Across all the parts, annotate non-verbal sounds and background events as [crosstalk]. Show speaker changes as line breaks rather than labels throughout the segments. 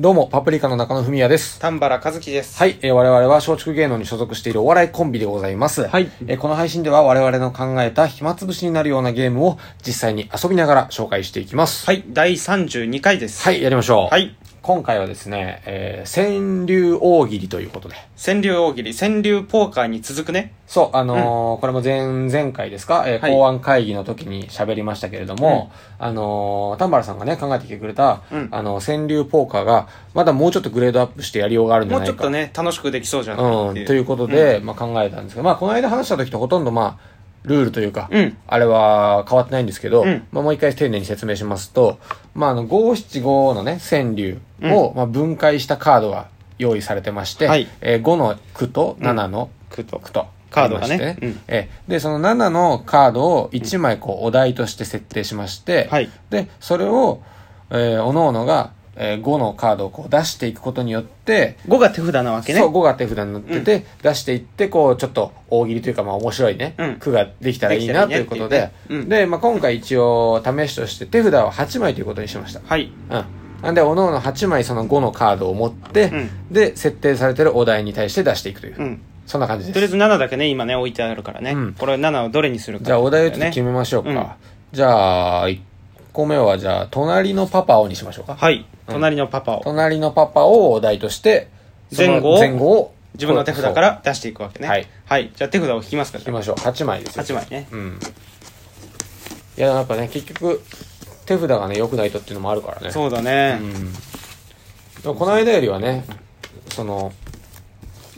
どうも、パプリカの中野文也です。
丹原和樹です。
はい、えー我々は松竹芸能に所属しているお笑いコンビでございます。
はい
えーこの配信では我々の考えた暇つぶしになるようなゲームを実際に遊びながら紹介していきます。
はい、第32回です。
はい、やりましょう。
はい。
今回はですね、えー川柳大喜利ということで。
川柳大喜利、川柳ポーカーに続くね。
そう、あのーこれも前、前回ですか、えー
はい
公安会議の時に喋りましたけれども、あのー丹原さんがね、考えてきてくれた、
うん
あの、川柳ポーカーが、まだもうちょっとグレードアップしてやりようがあるんじゃ
もう
な
ちょ
い
っ
か
と。ね、楽しくできそうじゃない。
うん、といううことで、まあ考えたんですけど、まあこの間話した時とほとんどまあ、ルールというか、
うん
あれは変わってないんですけど、
うん
まあもう一回丁寧に説明しますと、まああの、五七五のね、川柳を、まあ分解したカードが用意されてまして、
はい
えー5の句と7の
くと。
句と、
カードがね
ありまして
うん
えーで、その7のカードを1枚こう、お題として設定しまして、
はい。
で、それを、えー、おののが、えー5のカードをこう出していくことによって、
5が手札なわけね。
そう、5が手札になってて、出していって、こう、ちょっと大喜利というか、まあ面白いね、
うん
句ができたらいいなということで
できたらいいねっていうねうん
で、まあ今回一応試しとして手札を8枚ということにしました。
はい。
うん。なんで、おのの8枚その5のカードを持って、
うん
で、設定されてるお題に対して出していくという。
うん。
そんな感じ
とりあ
で
え
す。
ず7だけね、今ね、置いてあるからね。
うん
これ7をどれにするか、
じゃあお題をちょっと決
ね。
めましょうか。
うん
じゃあ、1個目は、じゃあ、隣のパパをにしましょうか。
はい。隣のパパを。
隣のパパをお題として、その
前後を
前後を。
自分の手札か
そう。
ら出していくわけね。
はい。
はい。じゃあ手札を引きますか
いき
ら。
ましょう。8枚ですよ。
8枚ね。
うん。いや、やっぱね、結局、手札がね、良くないとっていうのもあるからね。
そうだね
う。ん。でもこの間よりはね、その、
も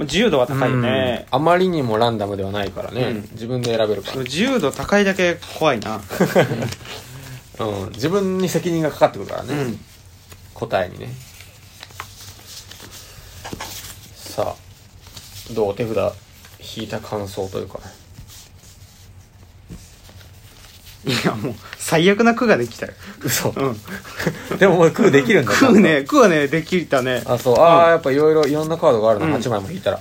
う自由度は高いよね。
うんあまりにもランダムではないからね、
うん
自分で選べるか
自由度高いだけ怖いな。
ら。うん。自分に責任がかかってくるからね、
うん。
答えにね。さあ、どう手札引いた感想というかね。
いや、もう、最悪な句ができたよ。
嘘。
うん。
でももう空できるんだ
食う。ね、食はね、できたね。
あ、そう。ああ、
うん
やっぱいろいろ、いろんなカードがあるの、
うん
8枚も引いたら。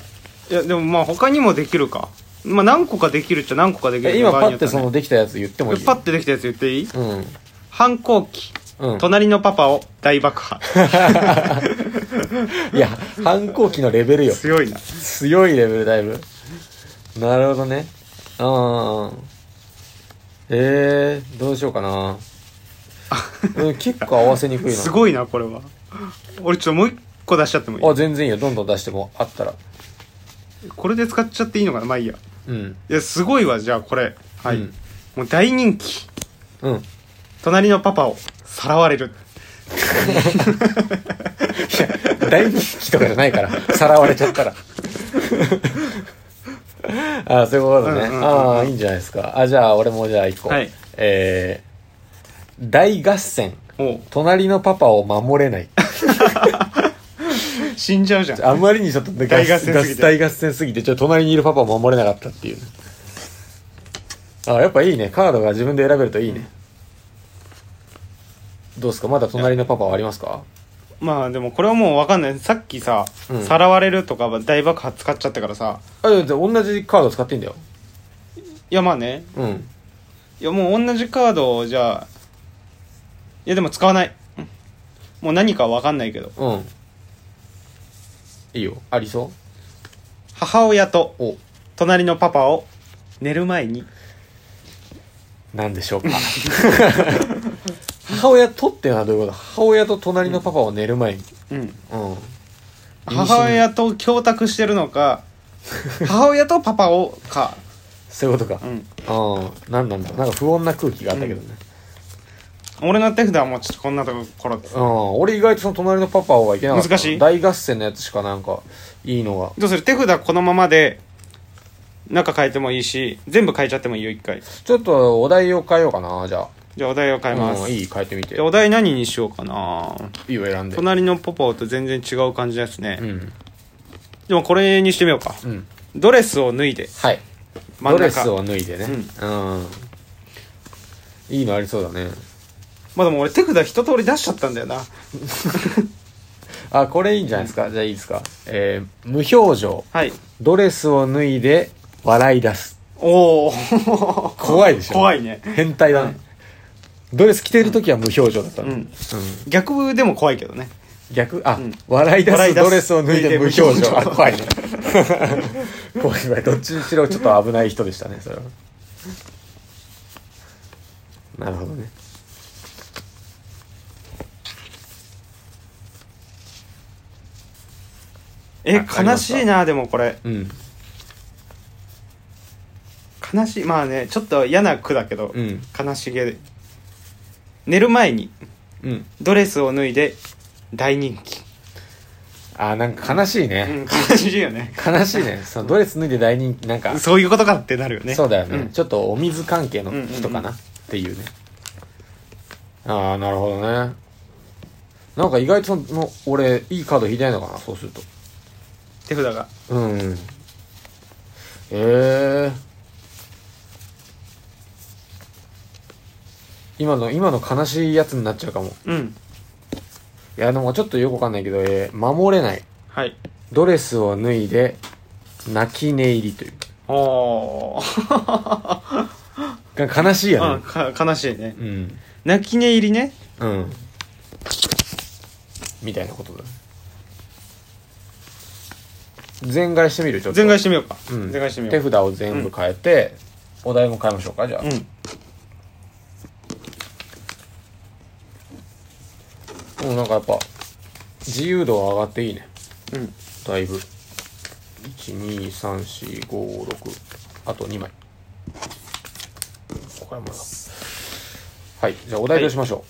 いや、でもまあ他にもできるか。まあ何個かできるっちゃ何個かできる
え
けど
今
場
パ
合に
ッ
よら
て
ね
そのできたやつ言ってもいい
パッてできたやつ言っていい
うん
反抗期。
うん
隣のパパを大爆破。
いや反抗期のレベルよ
強いな。
強いレベルだいぶなるほどねうんえー、どうしようか
[laughs]
な、うん、結構合わせにくいな
すごいな、これは。俺ちょっともう一個出しちゃってもい
あ全然いいよどんどん出してもあったら
いこれで使っちゃっていいのかなまあいいや。
うん
いや、すごいわ、じゃあこれ。はい。
うん
もう大人気。
うん
隣のパパをさらわれる。
大人気とかじゃないからさらわれちゃったらあそういうことね、
うんうんうん
ああいいんじゃないですかあじゃあ俺もじゃあ一個、
はい
えー、大合戦
も
隣のパパを守れない。
う、死んじゃうじゃん。
あまりにちょっとガス
大合
ガス大合
戦すぎて
戦すぎて、ちょっと隣にいるパパを守れなかったっていう。あ、やっぱいいね。カードが自分で選べるといいね。どうですかまだ隣のパパはありますか
まあでもこれはもうわかんない。さっきさ
うん、
さらわれるとか大爆破使っちゃったからさ。
あ、いや同じカード使っていいんだよ。
いやまあね。
うん。
いやもう同じカードをじゃあいやでも使わないうんもう何かわかんないけど
うん。いいよ。ありそ
母親と
うお、
隣のパパを寝る前に
なんでしょうか。 [laughs] 母親とっていうのはどういうこと母親と隣のパパを寝る前に。
うん
うん。
母親と供託してるの [laughs] か母親とパパをか
そういうことか
う。ん
ああ、なんなんだろう。なんか不穏な空気があったけどね。
俺の手札はもうちょっとこんなところです
うん、俺意外とその隣のパパはいけなかった。
難しい
大合戦のやつしかなんか、いいのが。
どうする手札このままで中変えてもいいし全部変えちゃってもいいよ一回
ちょっとお題を変えようかな、じゃあ。
じゃあお題を変えます、
うんいい、変えてみて。
じゃあお題何にしようかない
いよ、選んで。
隣のパパと全然違う感じですね、
うん。
でもこれにしてみようか
うん。
ドレスを脱いで
はい。
真ん中
ドレスを脱いでね。う。
うん
いいのありそうだね。
まあでも俺手札一通り出しちゃったんだよな
あ、これいいんじゃないですか。じゃあいいですか。えー、無表情。
はい
ドレスを脱いで、笑い出す。
おお
[laughs] 怖いでしょ
怖いね
変態だね。ドレス着てるときは無表情だったの
う
うん
ん。逆でも怖いけどね
逆あ、
うん
笑い出
笑
す
い出す
ドレスを脱いで無表情
脱いで無表情
あ怖いね怖い怖いどっちにしろちょっと危ない人でしたねそれはなるほどね
え
わかり
悲
ました
しいなでもこれ
うん
悲しいまあねちょっと嫌な句だけど、
うん
悲しげで寝る前に
うん
ドレスを脱いで大人気、
あなんか悲しいうね、
ん、悲しいよね
悲しいねそのドレス脱いで大人気なんか、
そういうことかってなるよね
そうだよね、
ん
ちょっとお水関係の人か
うんうんう
なっていうね、ああなるほどねなんか意外とその俺いいカード引いてないのかなそうすると
手札が
うんええ今の今の悲しいやつになっちゃうかも
うん
いやでもちょっとよくわかんないけど、えー守れない
はい
ドレスを脱いで泣き寝入りという
お
が悲しいよ
[laughs] あ
ね
か悲しいね
うん
泣き寝入りね
うんみたいなことだ全替えしてみるちょっと
全開してみようか、
うん
全開してみよ
手
う
札を全部変えて、お題も変えましょうかじゃあ、
うん
もうなんかやっぱ自由度は上がっていいね
うん
だいぶ12345あと2枚ここからもらうはいじゃあお題どうしましょ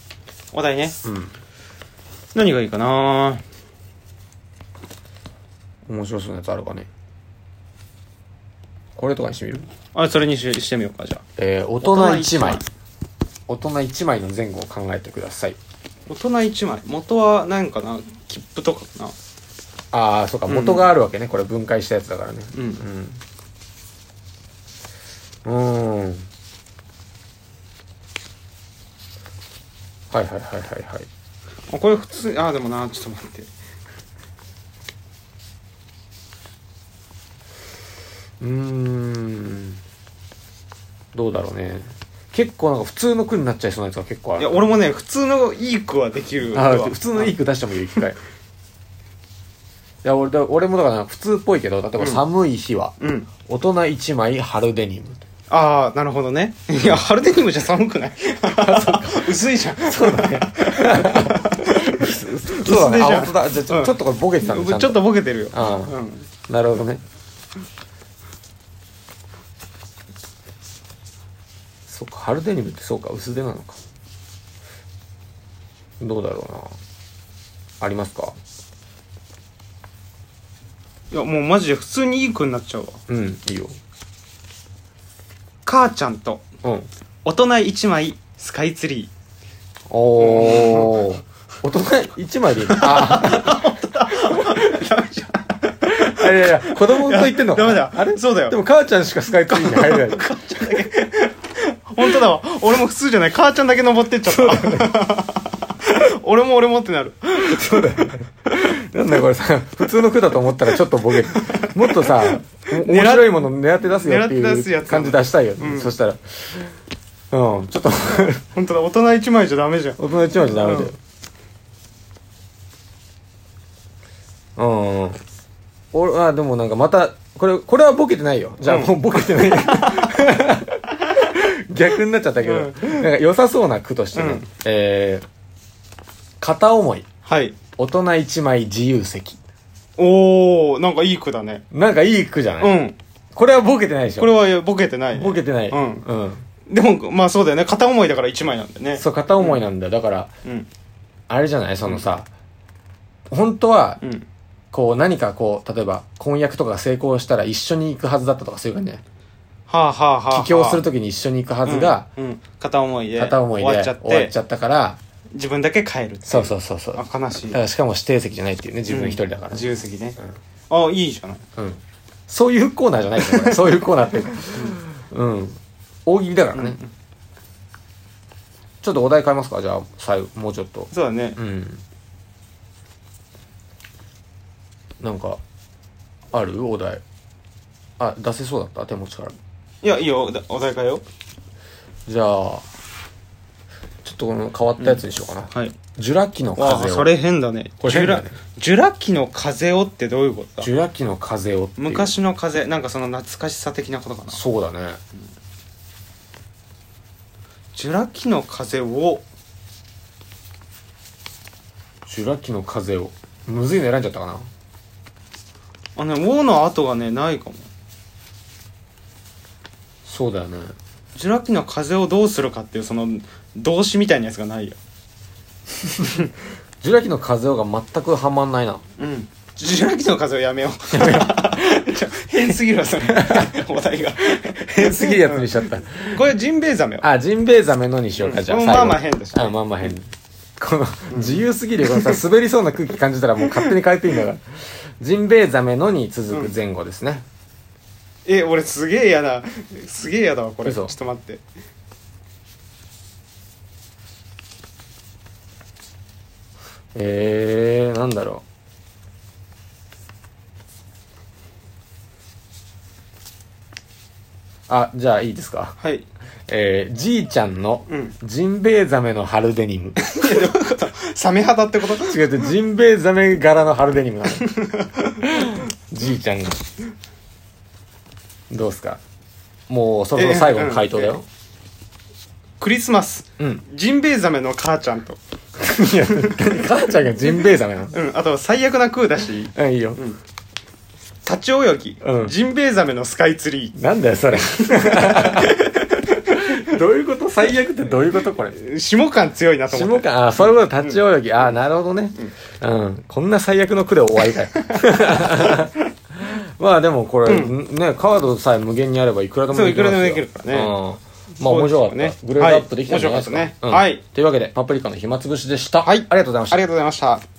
お題ね
う、
何がいいかな
うん面白そうなやつあるかねこれとかにしてみる
あそれにししてみようかじゃあ
えー、大人1枚
大人
大人1枚の前後を考えてください
大人1枚元は何かな切符とかかな
ああそうか
うん
元があるわけね、これ分解したやつだからね
うん
うんうーんはいはいはいはいはい
あこれ普通あでもなちょっと待って
うーんどうだろうね結構なんか普通の句になっちゃいそうなやつが結構あ
い
る
や俺もね普通のいい句はできる
あ
俺は
普通のいい句出してもいいよ [laughs] 一回いや俺だ俺もだから普通っぽいけど例えば寒い日は、
うん
大人1枚春デニム
ああなるほどねいや春デニムじゃ寒くない薄いじゃんそうだね
そう
だね
あ
じゃあ
本当だじゃあちょ,、
うん
ちょっとこれボケてたんで
ち
ち
ょ
ゃ
っ
んと
とボケてるよ
ああ
うん
なるほどねそうか春デニムってそうか薄手なのかどうだろうなありますか
いやもうマジで普通にいい句になっちゃうわ
うんいいよ
母ちゃんと
うん
大人1枚スカイツリ
おお大人1枚でい
[laughs]
いのああいやいや子供
ー
と言ってんの
いやダメだ
あれ
そうだよ
でも母ちゃんしかスカイツリーに入れない
本当だわ俺も普通じゃない母ちゃんだけ登ってっちゃった、俺も俺もってなる
なんだこれさ、普通の句だと思ったらちょっとボケる。もっとさ、お面白いもの狙って出すよって
狙って出す
い
や
う
つ
感じ出したいよね。
うん
そしたら。うん、ちょっと、
本当だ大人1枚じゃダメじゃん
大人一枚じゃダメだよ。うん。俺、あ、でもなんかまた、これ、これはボケてないよ。じゃあ
うん
もうボケてない。 [laughs] 逆になっちゃったけど、なんか良さそうな句として
う
ね
ん。
えー、片思い、
はい
大人一枚自由席。
おおなんかいい句だね
なんかいい句じゃない
うん
これはボケてないでしょ
これはボケてないね、
ボケてない。
うんでもまあそうだよね片思いだから1枚なんだよね
そう、片思いなんだよ。だから、
うん
あれじゃないそのさ、本当は
う、ん
こう、何かこう、例えば、婚約とかが成功したら一緒に行くはずだったとかそういうかね。
はあはあはあ
帰郷するときに一緒に行くはずが、
うんうん片思いで
片思いで
終わっちゃって
終わっちゃったから、
自分だけ帰るって
そうそうそうそう。だ
あ悲しい
からしかも指定席じゃないっていうね、自分一人だからね。
自由席ね、あいいじゃない
うん。そういうコーナーじゃないです
[laughs]
よこれ、そういうコーナーっていうか。うん。大喜利だからね。ちょっとお題変えますかじゃあ、最後、もうちょっと。
そうだね
うんなんかあるお題あ出せそうだった手持ちから
いやいいよお題かよ
じゃあちょっっとこの変わったやつにしようかな。
はい。
ジュラ紀の
わあ、
風を。
それ変だね。
これ
ジュ
変だ
ラ
ね、
ジュラ紀の風をってどういうことだ
ジュラ紀の風をっていう。
昔の風、なんかその懐かしさ的なことかな。
そうだね。
ジュラ紀の風を、
ジュラ紀の風を。むずいの選んじゃったかな。
あ、ね、ウォーの後がね、ないかも。
そうだよね。
ジュラ紀の風をどうするかっていう、その、動詞みたいなやつがないよ。
ジュラ紀の風をが全くはまんないな。
うん。ジュラ紀の風をやめよう。ちょ [laughs] 変すぎる
[laughs]
わ、それ。お題が。
[laughs] 変すぎるやつにしちゃった。
これ、ジンベエザメよ。
あ、ジンベエザメのにしようか、
うん
じゃあ。
まあまあ変でし
ょ。
ょ
あ、まあまあ変。この、自由すぎるよ。このさ、滑りそうな空気感じたらもう勝手に変えていいんだから。ジンベエザメのに続く前後ですね。
え、俺すげえ嫌だ。すげえ嫌だわ、これ。ちょ
嘘
っと待って。
えー、なんだろう。あ、じゃあいいですか。
はい。
えー、じいちゃんの
うん、
ジンベエザメの春デニム。
サメ肌ってこと
違う違う、ジンベエザメ柄の春デニムなの。じいちゃんが。どうすかもう、そろそろ最後の回答だよ。
クリスマス。
うん。
ジンベエザメの母ちゃんと。
いや、母ちゃんがジンベエザメなの。
うん。あと、最悪な空だし、
うん、いいよ。
立ち泳ぎ。
うん
ジンベエザメのスカイツリ
なんだよ、それ。どういうこと最悪ってどういうことこれ。
ー。下感強いなと思
下
って。
か、あ、そういうこと、立ち泳ぎ。あ、なるほどね。うん。こんな最悪の句で終わりかよ。
[laughs]
まあでもこれ、ね、カードさえ無限にあればいくらでも
そう
できますよ
いくらでもできるからね
うん。まあ面白かった。
そうで
ね
す、よ
グ
ね
レードアップできたんじゃないですか。
はい面白か
う
ったね
ん
はい
というわけで、パプリカの暇つぶしでした。はい。ありがとうございました
あ。りがとうございました。